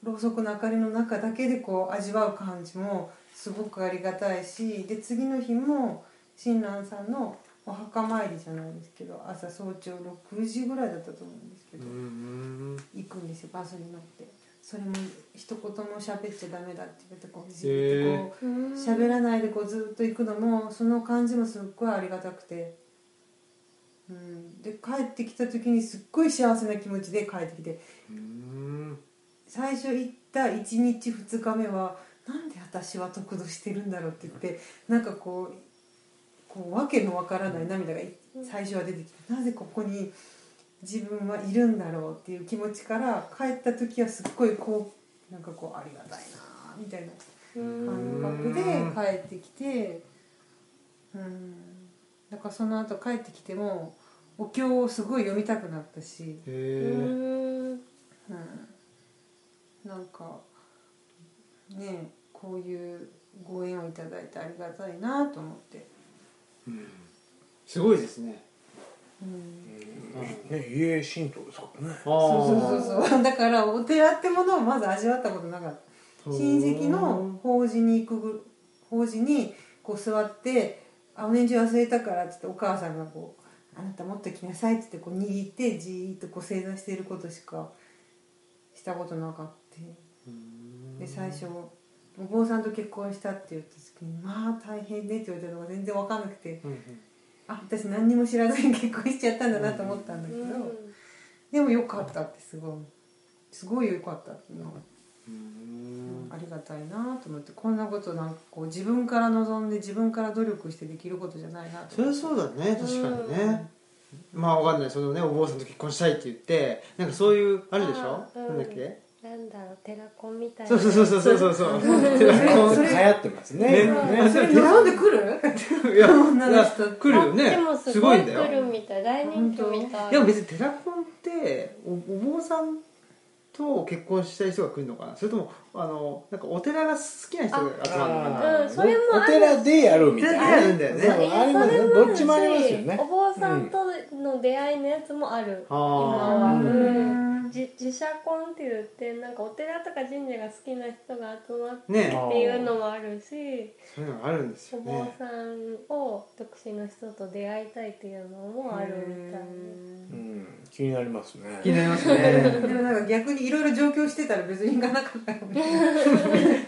S4: うろうそくの明かりの中だけでこう味わう感じもすごくありがたいしで次の日も親鸞さんのお墓参りじゃないですけど朝早朝6時ぐらいだったと思うんですけ
S1: う
S4: ど、
S1: ん
S4: 行くんですよバスに乗ってそれも一言も喋っちゃダメだって言ってこうじーっとこう。
S2: ん
S4: 喋らないでこうずっと行くのもその感じもすっごいありがたくて、うん、で帰ってきた時にすっごい幸せな気持ちで帰ってきて
S1: うん
S4: 最初行った1日2日目はなんで私は得度してるんだろうって言ってなんかこうこう訳のわからない涙がい最初は出てきてなぜここに自分はいるんだろうっていう気持ちから帰った時はすっごいこうなんかこうありがたいなみたいな。
S2: うん
S4: 感覚で帰ってきてうんだからその後帰ってきてもお経をすごい読みたくなったし、
S1: へ
S2: う
S1: え
S2: ん
S4: うん、なんかねこういうご縁をいただいてありがたいなと思って、
S1: うんすごいですね
S4: うん、
S3: な、ね、家神道ですから
S1: あ
S3: ね
S1: あ
S4: そうそうそう そうだからお寺ってものをまず味わったことなかった。親戚の法事に行くぐ法事にこう座って「あお年中忘れたから」っつってお母さんがこう「あなた持ってきなさい」っつってこう握ってじーっとこう正座していることしかしたことなかった
S1: うん
S4: で最初お坊さんと結婚したって言った時に「まあ大変ね」って言われたのが全然分かんなくて
S1: うん
S4: あ私何にも知らずに結婚しちゃったんだなと思ったんだけど、でもよかったってすごいすごいよかったっていうのが
S1: うん
S4: ありがたいなと思ってこんなことなんかこう自分から望んで自分から努力してできることじゃないなと
S1: そりゃそうだね確かにねまあわかんないそのねお坊さんと結婚したいって言ってなんかそういうあるでしょ
S2: あーうん
S1: なんだっけ
S2: なんだろう寺コンみたいな
S1: そうそうそうそうそうそうそう
S4: それ
S3: 流行ってますね
S1: ね
S3: 今ね
S4: それ望んでくる
S1: いや
S4: 女の人
S1: 来るよ
S2: あで
S1: ね
S2: も
S1: す
S2: す
S1: ご
S2: ご
S1: い
S2: い
S1: んだ
S2: 来る
S1: よ
S2: みたい大人気みたい
S1: でも別にテラコンっておお坊さんと結婚したい人が来るのかなそれともあのなんかお寺が好きな人が集まるのかな
S2: あうんそれもある
S3: お寺でやるみたいな
S1: お寺でやるんだよね
S3: そうありますねどっちもありますよ
S2: お
S3: ね
S2: 坊さんとの出会いのやつもある、
S1: あ
S2: 今
S1: ー
S2: は、
S4: うん
S2: じ自社婚って言ってなんかお寺とか神社が好きな人が集まって
S1: ね
S2: っていうのもあるし、
S1: そういうのがあるんです
S2: お
S1: よ
S2: 坊
S1: ね
S2: さんを独身の人と出会いたいっていうのもあるみたいね
S3: うん気になりますね
S1: 気になりますね
S4: でもなんか逆にいろいろ上京してたら別に行かなかったよ ね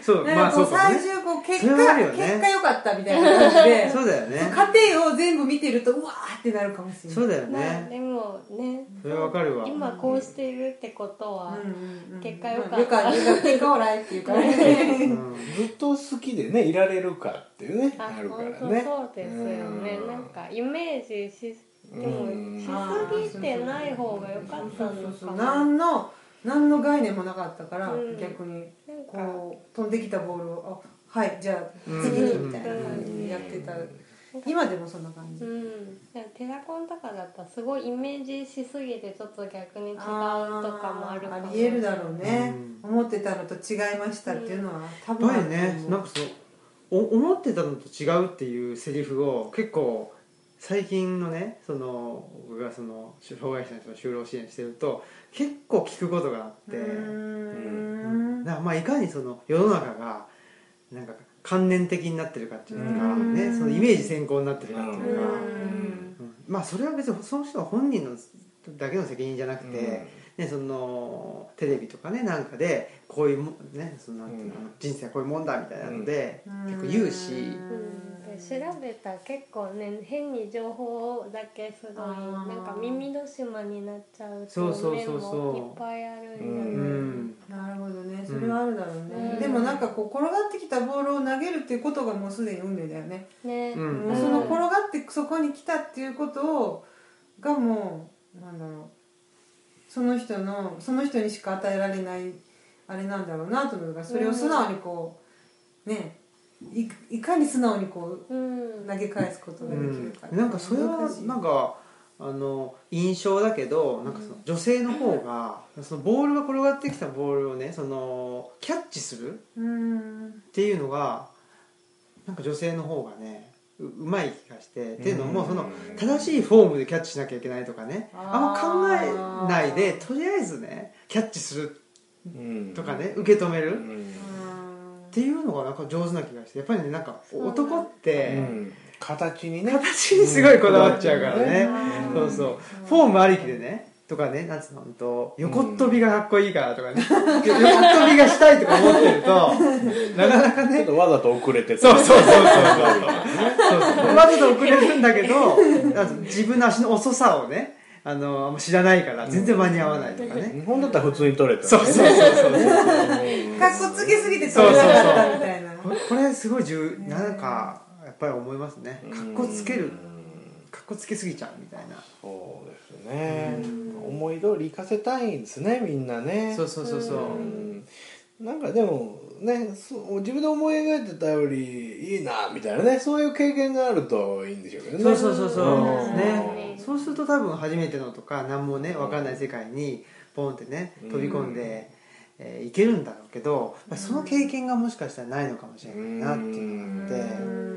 S1: そう
S4: な
S1: ま
S4: ん
S1: あ
S4: かこ
S1: そううかも
S4: 最
S1: ね
S4: 終こう結
S1: それはあ
S4: 果、
S1: るよね
S4: 結果良かったみたいな感じで
S1: そうだよね
S4: 家庭を全部見てるとうわーってなるかもしれない
S1: そうだよ
S2: まあ
S1: ね
S2: でもね
S1: それわかるわ
S2: 今こうしているってことは、
S4: うんうんうん
S2: 結果良かった
S4: よかった結果オーライっていうかね
S1: うん
S3: ずっと好きでねいられるかっていうね
S2: あ
S3: あるから
S2: 本当
S3: ね
S2: そうですよね
S3: うん
S2: なんかイメージしでも
S3: うん
S2: しすぎてない方が良かった
S4: そ
S2: の
S4: うそうそう
S2: かな
S4: 何の何の概念もなかったから、
S2: うん
S4: 逆に
S2: なんか
S4: こう飛んできたボールをあはいじゃあ
S1: うん
S4: 次にみたいな感じでやってた、今でもそんな感じ、
S2: うん、テラコンとかだったらすごいイメージしすぎてちょっと逆に違うとかもあるか
S4: ー
S2: も
S4: ありえるだろうね、
S1: う
S4: 思ってたのと違いましたっていうのは、多分あ
S1: 前
S4: ると思う
S1: ねなんかそのお思ってたのと違うっていうセリフを結構最近のねその僕がその障害者の人の就労支援してると結構聞くことがあっ
S4: う
S1: て
S4: ーん
S1: だからまあいかにその世の中がなんか観念的になってるかっていうか、
S4: うん
S1: ね、そのイメージ先行になってるかって
S2: う
S1: いうか、
S2: ん
S1: うんまあそれは別にその人は本人のだけの責任じゃなくて、
S3: うん
S1: ね、そのテレビとかねなんかでこういうもねそのなんていうの
S3: うん
S1: 人生はこういうもんだみたいなので、結構言うし、
S2: うん、で調べたら結構ね変に情報だけすごい
S4: あー
S2: なんか耳戸島になっちゃうってい
S1: そうそうう
S2: 面
S1: そうそう
S2: もいっぱいある
S1: うん
S2: だ
S1: ん
S2: ね
S4: なるほどねそれはあるだろうね、
S2: うん
S4: でもなんかこう転がってきたボールを投げるっていうことがもうすでに運命だよね、
S2: ね、
S1: うん
S4: もうその転がってそこに来たっていうことをがもうなんだろうその人のその人にしか与えられないあれなんだろうなと思うからそれを素直にこうねいいかに素直にこう
S2: うん
S4: 投げ返すことができるか、
S1: うんなんかそれはなんかあの印象だけどなんかその女性の方がそのボールが転がってきたボールをねそのキャッチする
S4: うん
S1: っていうのがなんか女性の方がねううまい気がしてっていうのもその正しいフォームでキャッチしなきゃいけないとかねあ
S4: あ
S1: ん
S4: ー
S1: ま考えないでとりあえずねキャッチする
S3: うん
S1: とかね受け止め
S3: う
S1: る
S3: ん
S1: っていうのがなんか上手な気がしてやっぱりねなんか
S2: う
S1: 男って
S3: うん形にね
S1: 形にすごいこだわっちゃうからね
S4: うん
S1: そうそうフォームありきでねとかねなんつうのうんと横っ飛びがかっこいいからとかね横っ飛びがしたいとか思ってるとなかなか
S3: ちょっ
S1: ね
S3: とわざと遅れて
S1: そうそうそうそう
S3: そ
S1: そ
S3: う
S1: うそうわざと遅れるんだけどあの自分の足の遅さをねあのあんま知らないから全然間に合わないとかね、
S3: 日本だったら普通に取れた
S1: そうそうそうそう
S4: かっこつけすぎて取れなかったみたいな
S1: これこれすごい重なんかやっぱり思いますねかっこつけるかっこつけすぎちゃうみたいな
S3: そうですね思い通り行かせたいんですねみんなね
S1: そうそうそうそう
S2: う
S3: うんんなんかでもねそう自分で思い描いてたよりいいなみたいなねそういう経験があるといいんでしょうけどね
S1: そうそうそうそう、
S3: うん
S1: ねそうすると多分初めてのとか何もね分かんない世界にポンってね飛び込んで、えーいけるんだろうけどまあその経験がもしかしたらないのかもしれないなっていうのがあって、
S4: うん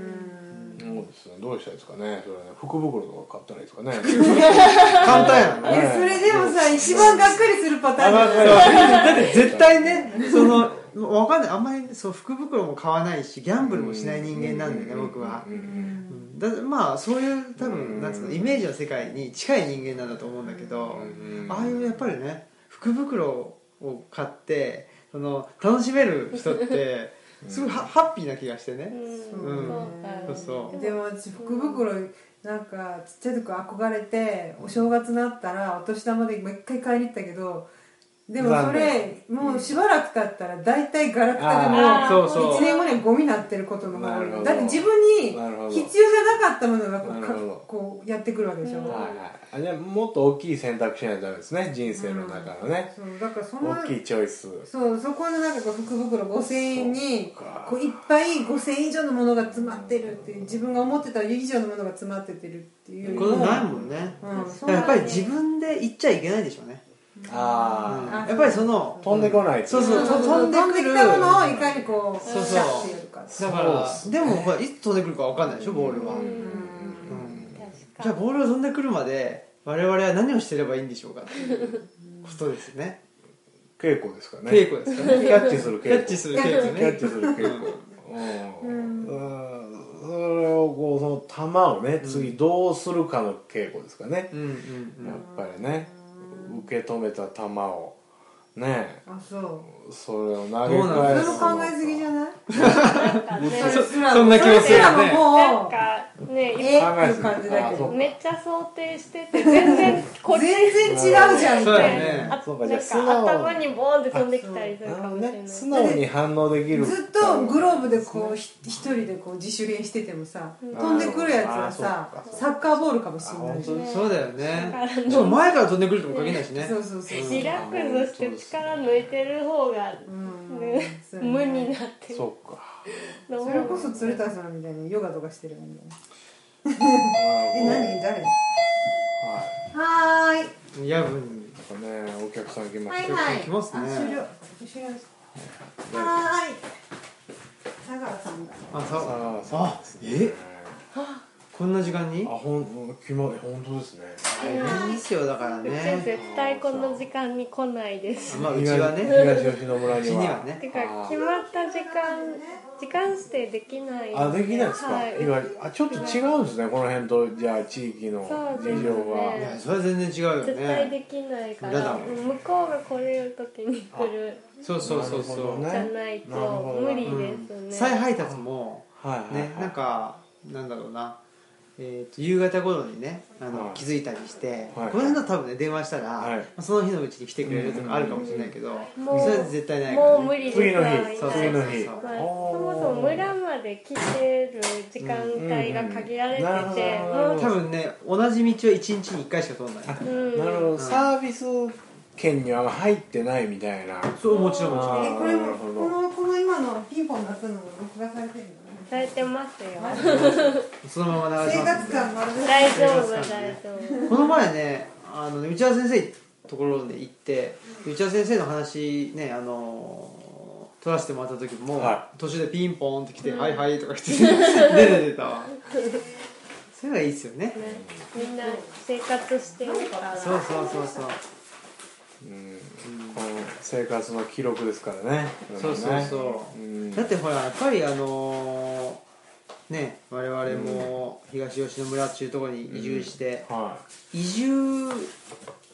S3: そうですねどうしたらいいですかねそれね福袋とか買ったらいいですかね
S1: 簡単やろ
S4: い
S1: ね
S4: やそれでもさ一番がっかりするパターンだよね
S1: だって絶対ねその分かんないあんまりそう福袋も買わないしギャンブルもしない人間なんでね僕は。うんだまあそういう多
S3: う
S1: 分
S3: ん
S1: なんつうのイメージの世界に近い人間なんだと思うんだけど
S3: うん
S1: ああいうやっぱりね福袋を買ってその楽しめる人ってすごいハハッピーな気がして
S2: う
S1: ね
S2: ん
S1: うん
S2: そう
S1: そうそう
S4: でも私福袋なんかちっちゃい時憧れてお正月になったらお年玉でもう一回買いに行ったけどでもそれもうしばらく経ったら大体ガラクタでも
S2: あーそう
S1: そう
S4: 1年後にはゴミになってることの方が
S3: なるほ
S4: 多
S3: ど
S4: いだって自分に必
S3: なるほ
S4: 要
S3: ど
S4: じゃなかったものがこ
S3: な
S4: うか
S3: るほど
S4: こうやってくるわけでしょ、
S2: うん
S3: はいはいあじゃあもっと大きい選択しないとダメですね人生の中のね、
S4: そうだからその
S3: 大きいチョイス
S4: そうそこのなんかこう福袋5000円に
S3: そうか
S4: こういっぱい5000円以上のものが詰まってるっていう自分が思ってた以上のものが詰まっててるっていうより
S1: こ
S4: も
S1: れないもんね
S4: うん、
S1: だからやっぱり自分で言っちゃいけないでしょうね、うん
S3: ああ
S4: あ
S1: やっぱりその
S3: 飛んでこないと
S1: そうそうと飛んでくる
S4: 飛んできたものをいかにこう
S1: そうそう
S4: シャッてやるか
S1: だか
S3: そ
S1: ら
S3: う
S1: でもほらいつ飛んでくるか分かんないでしょボールは、
S2: うん
S1: うんじ
S2: 確
S1: ゃあ
S2: か
S1: ボールが飛んでくるまで我々は何をしてればいいんでしょうかっていうことですね
S3: 稽古ですか ね
S1: 稽古ですかね
S3: キャッチする
S1: キ
S3: 稽古
S1: ャッチする稽古ね
S3: キャッチする稽古うんうんそれをこうその球をね次どうするかの稽古ですかね
S1: うんうんう
S3: やっ
S1: ん
S3: ぱりね受け止めた球をね
S4: あそう
S3: それを投げ
S1: どうなんで
S3: 返
S4: それ
S1: す
S4: も
S3: す
S4: 考えすぎじゃない
S2: なんかね
S1: そ
S4: すら
S1: そんな気が
S4: そ
S1: する
S4: れ
S1: よね
S4: すらも
S2: なん
S4: もう
S2: かね
S4: えっていう感じだけ
S3: あそ
S4: ど
S3: う
S2: めっちゃ想定してて全然こっ
S4: 全
S2: ち
S4: 然違うじゃん
S1: そ
S4: みたい
S1: う
S4: な
S1: だね
S2: あ
S3: そう
S2: な
S3: か
S2: ん
S3: じゃ
S2: か
S3: あ素直
S2: 頭にボーンって飛んできたりす
S3: な
S2: る
S3: る
S2: か
S3: ほど
S2: もしれない
S3: ね素直に反応できる
S4: ずっとグローブでこうひ一人でこう自主練しててもさ飛んでくるやつは
S3: あ
S4: さ
S3: そうか
S4: サッカーボールかもしれ
S3: あ
S4: な
S3: 本
S4: い
S3: 当に
S1: そうだよね
S2: だから
S1: しかも前から飛んでくるとも限らないしね
S4: そうそうそう
S2: リラックスして力抜いてる方が
S4: うん
S2: ね
S4: そうね
S2: 無になってる
S3: そうか
S4: それこそ鶴田さんみたいにヨガとかしてるもんねえ
S3: え
S4: 何誰
S3: はい
S4: はーい
S1: 夜分に
S3: なんかねお客さん来ま
S4: は
S3: し
S4: い
S3: たよ
S4: はい。
S1: 来ますね
S4: あ終了。終了です。はーい。佐川さんだ。
S1: あさ
S3: さあさあ
S1: あえ
S3: ね
S1: こんな時間に
S3: あほんうんきま本当ですね
S1: 大変ですよだから
S2: うちは
S1: ね
S2: 絶対この時間に来ないです
S1: まあうちはね
S3: 東東吉野村
S1: うち
S3: に
S1: に
S3: は
S1: はね
S2: てか決まった時間時間指定できない
S3: あできないですか、
S2: はい、
S3: 意外あちょっと違うんですねこの辺とじゃあ地域の
S2: そう
S3: 事
S2: ですね
S3: 情が、
S1: いやそれは全然違うよ
S2: 絶対で
S1: ね
S2: きないか
S1: 無駄
S2: ら、
S1: だもん
S2: 向こうが来れる時に来る
S1: そうそうそうそう、
S3: なるほどね
S2: じゃない
S3: なるほ
S2: と
S3: ど
S2: 無
S1: う
S2: 理
S1: ん
S2: ですね、
S1: 再配達も
S3: はいはいはい、
S1: ねなんかなんだろうなえー、と夕方頃にねあの、
S3: はい
S1: 気づいたりして、
S3: はい
S1: この辺だと多分ね電話したら、
S3: はい
S1: まあその日のうちに来てくれるとかあるかもしれないけど、
S2: もう
S1: それは絶対ないから、ね、
S2: もう無理です
S3: 次の日
S2: はい
S1: そう
S3: 次の日
S1: そう
S2: まあ、そもそも村まで来てる時間帯が限られ
S3: うんうんうん
S2: てて、
S3: なるほど
S2: もう
S1: 多分ね同じ道を1日に1回しか通んない
S2: うん
S3: なるほど、サービス圏には入ってないみたいな
S1: そうもちろんもちろん
S3: あ
S4: え
S3: ー
S4: これ
S3: な
S4: も
S3: るほ
S4: こ
S3: ど
S4: のこの今のピンポン鳴くのも録画されてるのね
S2: されてますよ
S4: マジで
S1: そのまま流し
S4: 生
S1: ます
S4: 活
S1: んで
S4: 感まるで
S2: 大丈夫大丈夫
S1: この前ねあのね内田先生のところで行って内田先生の話ねあのー取らせてもらった時も、
S3: は
S1: 途中でピンポンって来て「
S2: うん
S1: はいはい」とか言って 出て出たわそういうのがいいですよね
S2: ねみんな生活してるから
S1: そうそうそうそう
S3: うんこの生活の記録ですからね、
S1: そうそうそう
S3: ん、
S1: うだってほらやっぱりあのーね我々も東吉野村っていうところに移住して、
S3: は
S1: 移住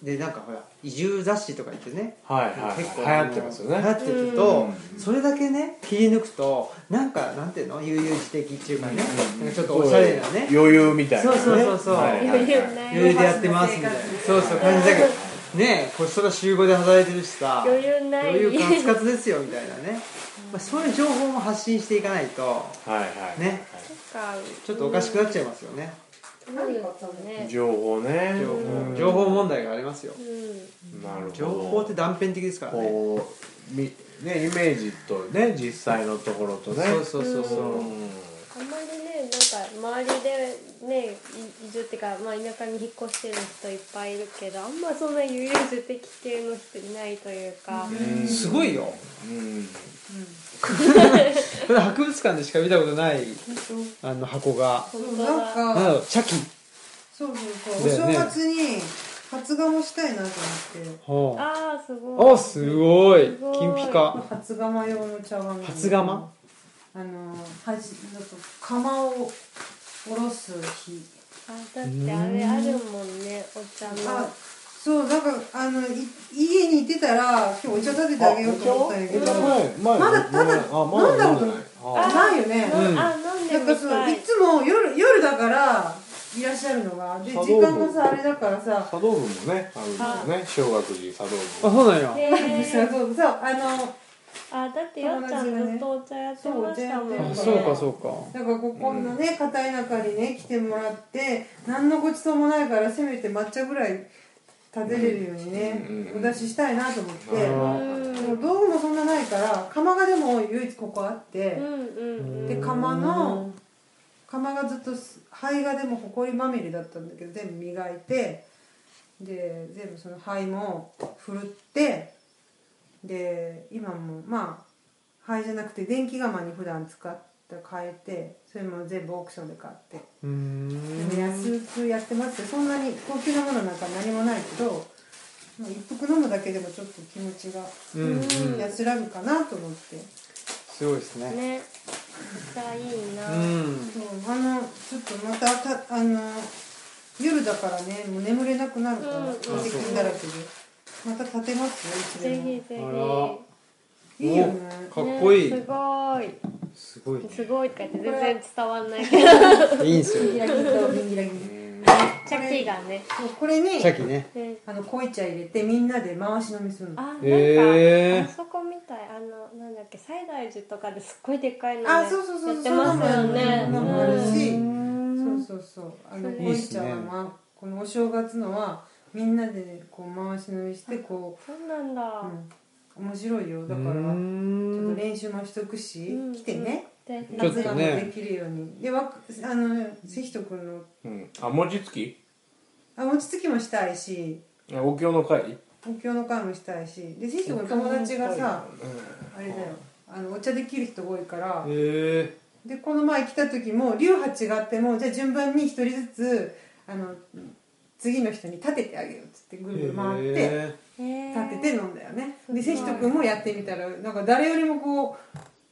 S1: でなんかほら移住雑誌とか言ってね
S3: いはいはい
S1: 結構
S3: 流行ってますよね
S1: 流行ってると
S3: う
S1: それだけね切り抜くとなんかなんていうの悠々自適っていうかね
S3: うん
S1: なんかちょっとおしゃれなね
S3: 余裕みたいな、ね、
S1: そうそうそうそう
S3: はいはい
S2: 余裕
S3: はい
S2: ない
S1: 余裕でやってますみたいなそうそう感じだけどねえこっそり週5で働いてるしさ
S2: 余裕ない
S1: 余裕カツカツですよみたいなねまあそういう情報も発信していかないと
S3: はいはい
S1: ねちょっとおかしくなっちゃいますよね
S2: そうですよね
S3: 情報ね
S1: 情
S3: う
S1: 報
S3: ん
S1: 情報問題がありますよ
S2: う
S3: なるほど
S1: 情報って断片的ですからね
S3: こうみねイメージとね実際のところとね
S1: そうそうそうそううん
S2: んあんまりねなんか周りでねい移住っていうか、まあ、田舎に引っ越してる人いっぱいいるけどあんまそんな悠々自適系の人いないというか、
S3: うん
S1: すごいよ
S3: うん
S1: これ博物館でしか見たことないあの箱が
S4: そう
S2: 本当
S4: な
S2: だ
S4: ん
S1: なんだ
S4: か
S1: ろう茶器
S4: そうそうそう、
S1: だよ
S4: お
S1: ね
S4: 正月に発釜したいなと思って
S1: ほう
S2: ああすごい
S1: あすごい
S2: すごい
S1: 金ピカ
S4: 初釜用の茶碗
S1: 初釜
S4: あのはじなんか釜を下ろす日
S2: あだってあれあるもんねお茶の
S4: あそうなんかあのい家にいてたら今日お茶立ててあげようと思ったんやけどな
S3: 前
S4: まだただ
S3: あまだ
S4: 飲んだこと
S3: 飲んでないあ
S4: いよね
S2: あ
S1: うん
S2: 飲んで
S4: なんか
S2: み
S4: そ
S2: た
S4: の
S2: い
S4: いつも夜夜だからいらっしゃるのがで
S3: 茶道
S4: 時
S3: 具
S4: 間もさあれだからさ
S3: 茶道部もねあるんですよね小学寺茶道
S1: あ
S3: 部
S1: そうなんや
S2: へ
S4: そう
S2: ー
S4: そうそうあの
S2: あだってよっちゃんずっとお茶やってましたもんね
S1: あ
S4: ん
S1: そうかそうか
S4: なんかここんなね硬い中にね来てもらって何のごちそうもないからせめて抹茶ぐらい立てれるようにね
S3: うんうんうん
S4: お出ししたいなと思って
S3: なるほど
S4: でも道具もそんなないから釜がでも唯一ここあって
S2: うんうんう
S4: で
S2: ん
S4: 釜の釜がずっと灰がでも埃まみれだったんだけど全部磨いてで全部その灰もふるってで今もまあ灰じゃなくて電気釜に普段使った変えてそれも全部オークションで買って
S1: うーん
S4: でも安くやってますけどそんなに高級なものなんか何もないけどまあ一服飲むだけでもちょっと気持ちが
S1: うんうん
S4: 安らぐかなと思って。
S1: すごいですね
S2: ねめっちゃいいな
S1: う、ん
S4: そうあのちょっとまたたあの夜だからねもう眠れなくなるから、
S2: うん
S4: う敵だらけでまた立てますよ
S2: ぜ
S4: いつ
S2: ひ
S4: でも
S2: ぜ
S1: あら
S4: いいよね
S1: かっこい
S2: ひ、ね
S1: い
S2: すごい
S1: すごい
S2: すごいとかって全然伝わんないけど
S1: いいんすよ
S4: ギラギラとギラギ
S2: チャキがね、
S4: ラそうこれに
S1: 茶器ね
S2: うん
S4: あの濃い茶入れてみんなで回し飲みするの
S2: あなんか、
S1: へー
S2: あそこみたいあのなんだっけ西大寺とかですっごいでっかいので
S4: あそうそうそう
S2: やってますよね
S4: そんなのもあるし、
S1: うん
S4: そうそうそうあの
S2: それ
S4: 濃い茶は、まあ、このお正月のはみんなで、ね、こう回し飲みしてこ
S2: そうなんだ、
S4: う、うん、面白いよだから
S1: うーん
S4: ちょっと練習もしとくし、
S2: うん
S4: 来てね、
S2: で
S1: ちょっ
S4: 夏
S1: と
S4: が
S1: ね
S4: できるように、でわあのぜひとくんの
S3: うんあ餅つき
S4: あ餅つきもしたいし
S3: あお経の会
S4: 東京の会もしたいしでぜひとくんの友達がさあれだよあのお茶できる人多いから
S1: へえ
S4: でこの前来た時も流派違ってもじゃあ順番に一人ずつあの次の人に立ててあげようっつってぐるぐる回って。
S1: へ
S4: 立てて飲んだよね
S2: うん
S4: で関人君もやってみたらなんか誰よりもこ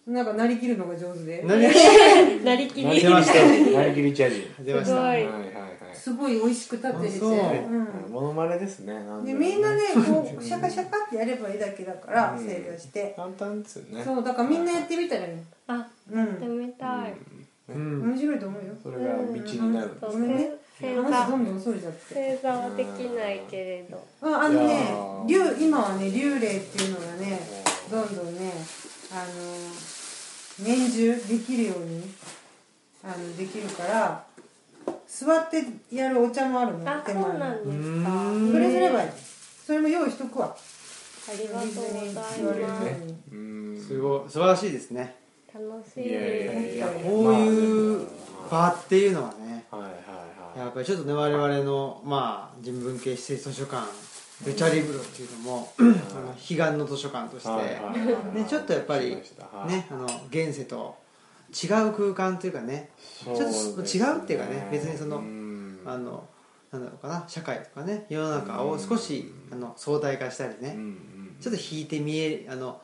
S4: うなんかなりきるのが上手
S1: え
S4: で
S1: 何
S2: なりきり
S1: 出ました
S3: なりきりチャージ。
S1: 出ました
S2: すご
S3: はい
S2: い
S3: はいはい。
S4: すごい美味しく立っててて
S1: あそう
S4: う
S3: モノマネですね。なん
S4: ん、
S3: で
S4: で
S3: も
S4: みんなねこうシャカシャカってやればいいだけだから
S3: うん
S4: 整理をして、
S3: 簡単ですよね。
S4: そうだからみんなやってみたらね
S2: あ
S4: う
S2: 食
S4: ん
S2: べたい、
S1: う
S3: ね
S1: ん
S4: 面白いと思うよ
S3: それが道になるんです
S2: そ
S3: ね。
S2: うね正
S4: 話ど
S2: 座
S4: んどんそれちゃって
S2: 正座はできないけれど
S4: うんあの
S3: いや
S4: ね
S3: ー
S4: 竜今はね竜霊っていうのがねどんどんねあの年中できるようにあのできるから座ってやるお茶もあるの
S2: あ
S4: 手
S2: そう
S4: 前
S2: な
S4: に
S2: んです
S1: うん
S2: か
S4: それすればいいそれも用意しとくわ
S2: ありがとうご
S4: 言わ
S2: ざ
S4: れ
S2: い
S4: る
S2: ます
S4: ね
S3: うん。
S1: すごい素晴らしいですね
S2: 楽し
S3: い
S2: い
S3: やいや
S2: で
S3: いや。
S1: こういう
S3: まあ
S1: 場っていうのはね
S3: はいはい
S1: や
S3: は
S1: っぱりちょっとね我々のまあ人文系指定図書館ルチャリブロっていうのもあの悲願の図書館として
S3: い。はいはいはい
S1: ねちょっとやっぱり
S3: しましたはい
S1: ねあの現世と違う空間というかね
S3: そうです
S1: ちょっと違うっていうかね別にその
S3: うん
S1: あのなんだろうかな社会とかね世の中を少しあの相対化したり
S3: うんう
S1: ね
S3: ん
S1: ちょっと引いて見えあの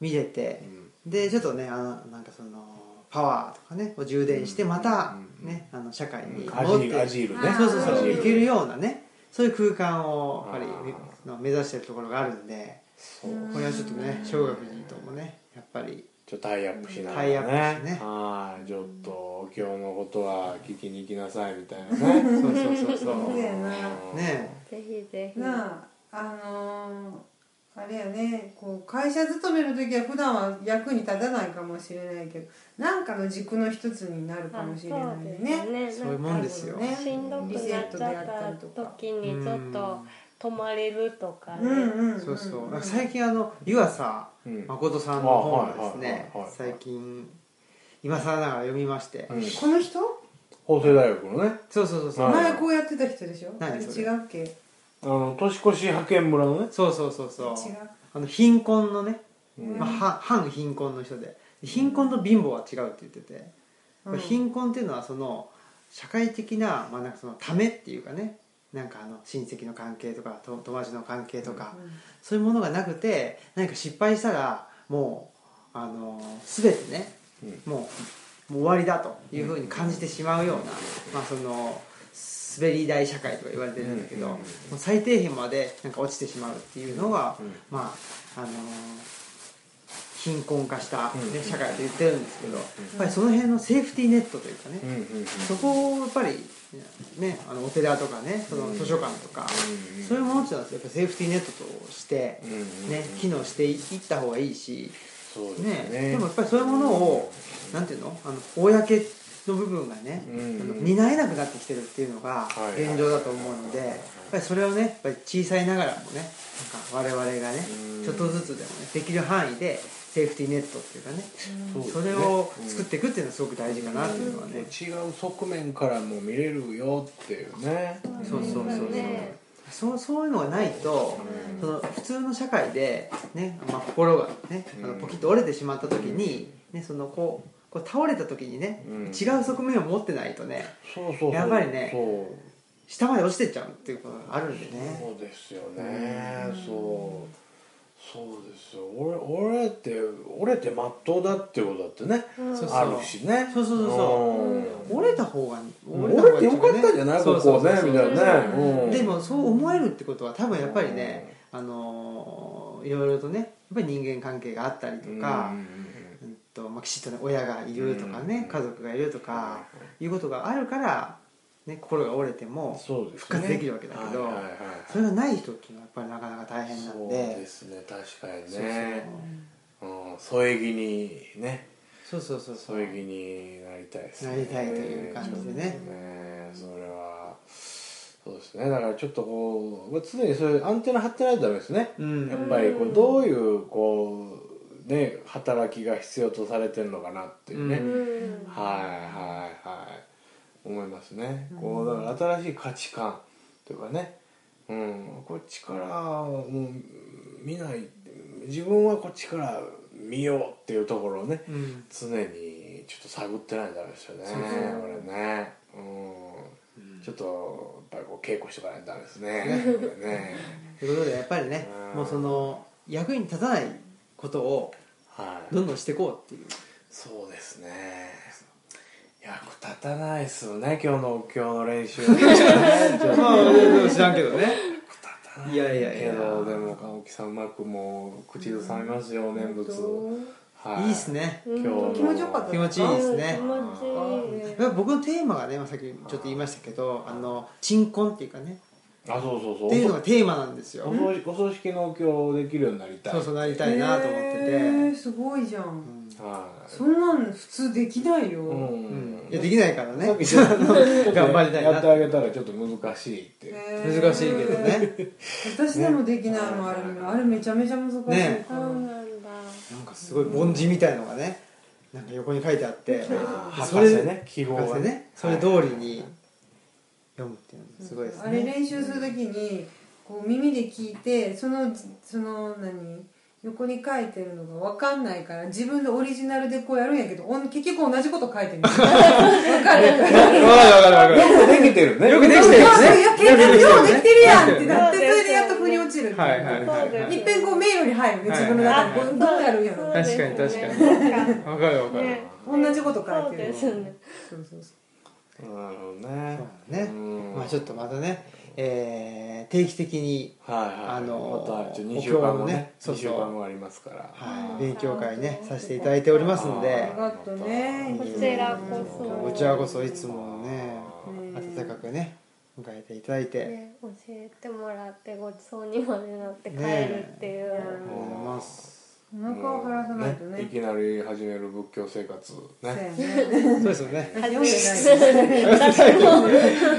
S1: 見れてでちょっとねあのなんかそのパワーとかねを充電してまた
S3: うん
S1: ねあの社会に
S3: ア
S1: 戻っ
S3: ジ
S1: て
S3: アジール
S4: あ
S3: ね
S4: ー
S1: そうそうそ
S3: アジ
S1: う
S3: ール
S1: 行けるようなねそういう空間をやっぱり
S3: あー
S1: の目指してるところがあるんで
S3: そう
S1: これはちょっとね
S3: うん
S1: 小学児ともねやっぱり
S3: ちょっとタイアップしながら
S1: タイアップしてね
S3: はいちょっと今日のことは聞きに行きなさいみたいなね
S1: そうそうそうそう
S4: そうだよ
S3: うん
S1: ね
S2: すぜひぜひ
S4: なああのーあれやねこう会社勤めの時は普段は役に立たないかもしれないけどなんかの軸の一つになるか
S2: あ
S4: もしれな
S2: そ
S4: いうね
S2: ですね
S1: そういうもんですよ
S4: ね
S2: しんどくなっちゃった時にちょっと止まれるとかね、
S4: うんうんんん
S1: そうそうなんか最近あの湯浅
S3: うん
S1: 誠さんの本をですね
S3: あはいはいはいは
S1: 最
S3: い
S1: 近今更ながら読みまして
S3: うん
S4: この人
S3: 法政大学のね
S1: そうそうそうそ
S3: は
S1: う
S3: い
S4: 前こうやってた人でしょあれ
S1: 何それ
S4: 違うっけ違う
S3: あの年越し派遣村のね
S1: そうそうそうそうあの貧困のね
S3: うん
S1: まあは反貧困の人で貧困と貧乏は違うって言ってて
S4: うん
S1: 貧困っていうのはその社会的な,、まあ、なんかそのためっていうかねなんかあの親戚の関係とかと友達の関係とか、そういうものがなくて何か失敗したらもうあの全てね
S3: うん
S1: もうもう終わりだというふうに感じてしまうような、まあ、その滑り台社会とか言われてるんだけど、
S3: うんうん
S1: もう最底辺までなんか落ちてしまうっていうのが、
S3: うん
S1: まああのー貧困化した、ね
S3: うんうん
S1: 社会と言ってるんですけど、やっ
S3: ん
S1: ぱりその辺のセーフティーネットというかね、
S3: うんうんうん
S1: そこをやっぱり、ね、あのお寺とかねその図書館とか、
S3: うん
S1: そういうものっていうのはやっぱセーフティーネットとして、
S3: うんうん
S1: ね、機能していった方がいいし、
S3: そうです
S1: ね
S3: ね
S1: でもやっぱりそういうものをなんていうのあの公の部分がね、
S3: うん
S1: あの担えなくなってきてるっていうのが
S3: はい
S1: 現状だと思うので
S3: はい
S1: やっぱりそれをねやっぱり小さいながらもねなんか我々がね
S3: うん
S1: ちょっとずつでもねできる範囲でセーフティーネットっていうかね
S3: うです
S1: そ
S3: ね
S1: れを作っていくっていうのはすごく大事かなっていうのはね、
S3: 違う側面からも見れるよっていうね
S1: そうそうそうそう、
S2: ね
S1: そうそういうのがないとそ
S3: うん
S1: の普通の社会で、ねまあ、心が、ね、あの
S3: うん
S1: ポキッと折れてしまった時に、ね、そのこうこう倒れた時にね、
S3: うん
S1: 違う側面を持ってないとね
S3: そうそうそう
S1: やっぱりね
S3: そう
S1: 下まで落ちてっちゃうっていうことがあるんでね
S3: そうですよね、そうそうですよ俺俺って俺ってまっとうだってことだってね、
S2: うん
S1: そうそう
S3: あるしね
S1: そうそうそうそ折れた方が
S3: うん
S1: た
S3: 俺
S1: 方が
S3: ってよかったんじゃない、
S1: そ
S3: こ
S1: うそ
S3: こ
S1: うそう
S3: ね
S1: そう
S3: みたいなね、
S2: うん
S3: うん
S1: でもそう思えるってことは多分やっぱりね、あのーいろいろとねやっぱり人間関係があったりとか、
S3: うん
S1: うんとまあ、きちっとね親がいるとかね、
S3: うん
S1: 家族がいるとか、いうことがあるから、ね、心が折れても
S3: そうですね
S1: 復活できるわけだけど
S3: はいはいはい
S1: それがない人っていうのはやっぱりなかなか大変な
S3: そ
S1: ん
S3: う
S1: で
S3: ですね確かにねうん添え木にね
S1: そうそうそうそうそう
S3: 添え木になりたいですね
S1: なりたいという感じでね
S3: ねそれはそうですねだからちょっとこう常にそういうアンテナ張ってないとダメですね
S1: う
S3: やっ
S1: ん
S3: ぱりこ
S2: う
S3: うんどういうこうね働きが必要とされてるのかなっていうね、
S1: うん
S2: うん
S3: はいはいはい思いますね、こうだから新しい価値観というかね、うん、こっちからもう見ない自分はこっちから見ようっていうところをね
S1: うん
S3: 常ににちょっと探ってないんだろうですよね
S1: そうそう
S3: これねうんちょっとやっぱりこう稽古しとかないとダメです ねこれね
S1: ということでやっぱりね
S3: うん
S1: もうその役に立たないことを
S3: はい
S1: どんどんしていこうっていう
S3: そうですね役立たないっすよね今日の今日の 練習
S1: まあでも知らんけどねいやいやい
S3: け
S1: や
S3: どでも青木さんうまくもう口ずさみますよ念仏
S4: どう
S3: はい
S1: いいっすね
S2: うん
S3: 今日
S4: 気持ちよかった
S1: 気持ちいいですね
S2: うん気持ちいい
S1: やっぱり僕のテーマがね、まあ、さっきちょっと言いましたけどあの鎮魂っていうかね
S3: あそうそうそう
S1: っていうのがテーマなんです
S3: お
S1: よ
S3: 葬式お葬式のお経をできるようになりたい
S1: そうそうなりた
S4: え
S1: いなと思ってて、
S4: ーすごいじゃん、
S1: うん
S3: はい
S4: そんなん普通できないよ、
S1: うんいやできないからね
S3: さっきちょっと
S1: 頑張りたいな
S3: やってあげたらちょっと難しいっていう
S4: えー
S1: 難しいけどね
S4: 私でもできないのあれ、
S3: ね
S4: あれめちゃめちゃ難しいから、
S1: ね
S2: そうなんだ
S1: なんかすごい凡字みたいのがねなんか横に書いてあって
S3: 博
S1: それ
S3: 士ね記号
S1: 博
S3: は
S1: 士ねそれ通りに読むっていうのがすごいです
S4: あれ
S1: ね
S4: 練習するときにこう耳で聞いてそのその何横に書いてるのが分かんないから自分でオリジナルでこうやるんやけどおん結局同じこと書 いてる分かる
S1: わかるわかるわかる
S3: よくできてるね
S1: よくで
S4: よ
S1: き
S4: う
S1: てるよね
S4: や結局ようできてるやんってなって
S2: よくできてるね
S4: それでやっと腑に落ちるってう
S1: はいはいはい
S2: そうだよ
S1: はい
S2: ね
S4: いっぺんこう迷路に入るね自分の中で
S1: はい
S4: こうどうやるんやろ
S1: い確かに確かに
S2: に
S1: わかるわかる、
S2: ね
S4: 同じこと書いてる
S2: そうですね
S4: そうそうそ
S3: なるほどね
S1: そうだね
S3: うん
S1: まあちょっとまたね、えー、定期的に、
S3: はいはい
S1: あのー
S3: またちょっと2週間後
S1: お経を
S3: ね
S1: ねそう
S3: 2
S1: そう
S3: 週間後ありますから
S1: は
S2: はい
S1: い、勉強会ね
S2: はい
S1: させていただいておりますん
S4: うあ
S1: で
S4: りがとうね
S2: こちらこそ
S1: こちらこそいつもね
S4: うん
S1: 温かくね迎えていただいて、
S2: ね教えてもらってごちそうにまでなって帰るっていう、
S1: ありがとうございます
S4: うお腹を晴らさないとね
S3: いきなり始める仏教生活
S4: そう
S3: ね
S4: や
S1: そ
S4: ね
S1: うですよね
S4: 読んでない読まない よ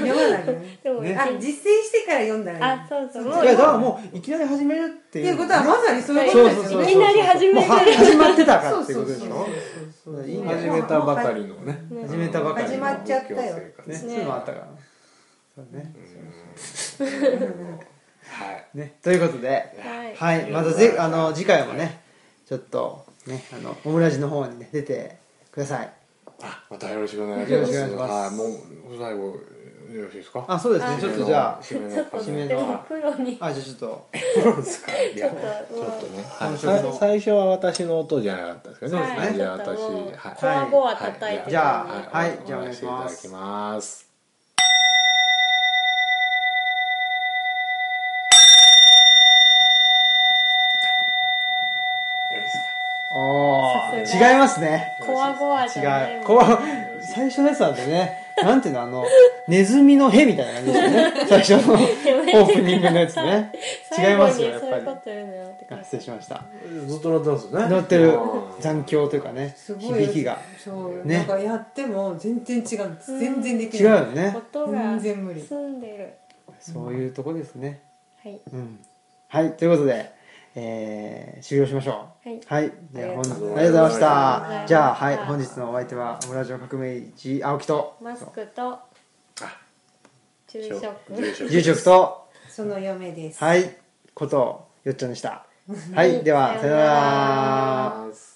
S4: ね
S2: でも、
S1: ね
S4: あ
S2: あ
S4: 実践してから読んだらいい
S2: あそうそうも
S1: いやだ
S2: う
S1: からもういきなり始めるって
S4: っ
S1: いう
S4: ていうことはまさにそういうこ
S1: そう
S4: と
S1: そ
S4: で
S1: う
S4: す
S1: そ
S4: よ
S1: う
S2: い
S4: ね
S2: きなり始め
S1: もうは
S2: てる
S1: 始まってたから
S4: そう
S1: ってい
S4: そうう
S1: ことでし
S4: そうそう
S1: ょ
S4: そう
S1: いいね
S3: 始めたばかりのね
S2: ね
S1: 始めたばかりの
S4: 始まっちゃったよ
S3: 仏教生活
S1: ねそうい
S2: ね
S1: うのもあったからそうね
S3: うんはい
S1: ねということで
S2: はい
S1: はいまたぜあの次回もねちょっとねあのオムラジの方にね出てください
S3: あまたよろしくお願いします
S1: よろしくお願いします
S3: はいもう最後よろしいですか
S1: あそうですねちょっとじゃ
S3: 締めの
S2: ちょっと
S3: 締め
S2: でも
S3: の
S2: プロに
S1: ああじゃあちょっと
S3: プロですかい
S2: ちょ
S3: や
S2: っ
S3: ち
S2: と
S3: ょっとね
S1: い
S3: はいさい最初は私の音じゃなかったですけどね
S1: そう
S2: は
S1: ですね
S2: い、ち
S3: じ
S2: ょ
S3: ゃあ
S2: っ
S3: 私
S2: ともう
S3: はい
S2: こわごわ叩いて
S3: は
S2: た
S1: じゃあ
S2: のに
S1: はいじゃあお願いします
S3: お話いただきます
S1: ああ
S2: さすが
S1: 違いますね
S2: こわごわじ
S1: 違
S2: ゃないう
S1: こわ最初のやつなんでねなんていうのあ のネズミの屁みたいな感じですね最初のオープニングのやつね違いますよやっ
S2: 最後
S1: ぱり
S2: にそういうこと言うのよって
S1: あ
S2: 感
S1: 失礼しました
S3: ずっと乗ってますよね
S1: 乗ってる
S3: うん
S1: 残響というかね
S4: すごい
S1: 響きが
S4: そう
S1: ね
S4: なんかやっても全然違うんです全然でき
S1: 違う
S4: ない
S1: よね
S2: じ音が
S4: 全然無理
S2: 澄んでる
S1: そういうとこですね
S2: はい
S1: うんはいということでえー、終了しましょう
S2: はい
S1: はいじゃあ
S2: あり
S1: 本
S2: が
S1: 日
S2: と
S1: あ
S2: う
S1: り
S2: ご
S1: がとうござい
S2: ざいま
S1: ま
S2: し
S1: したたじゃあはい本日のお相手はオムラジオ革命一青木と
S2: マスクと
S3: あ
S2: 昼
S3: 住
S2: 食
S3: 職
S1: 住職と
S4: その嫁です
S1: はい、ことよっちゃんでした。はい、では、さよなら。
S3: ます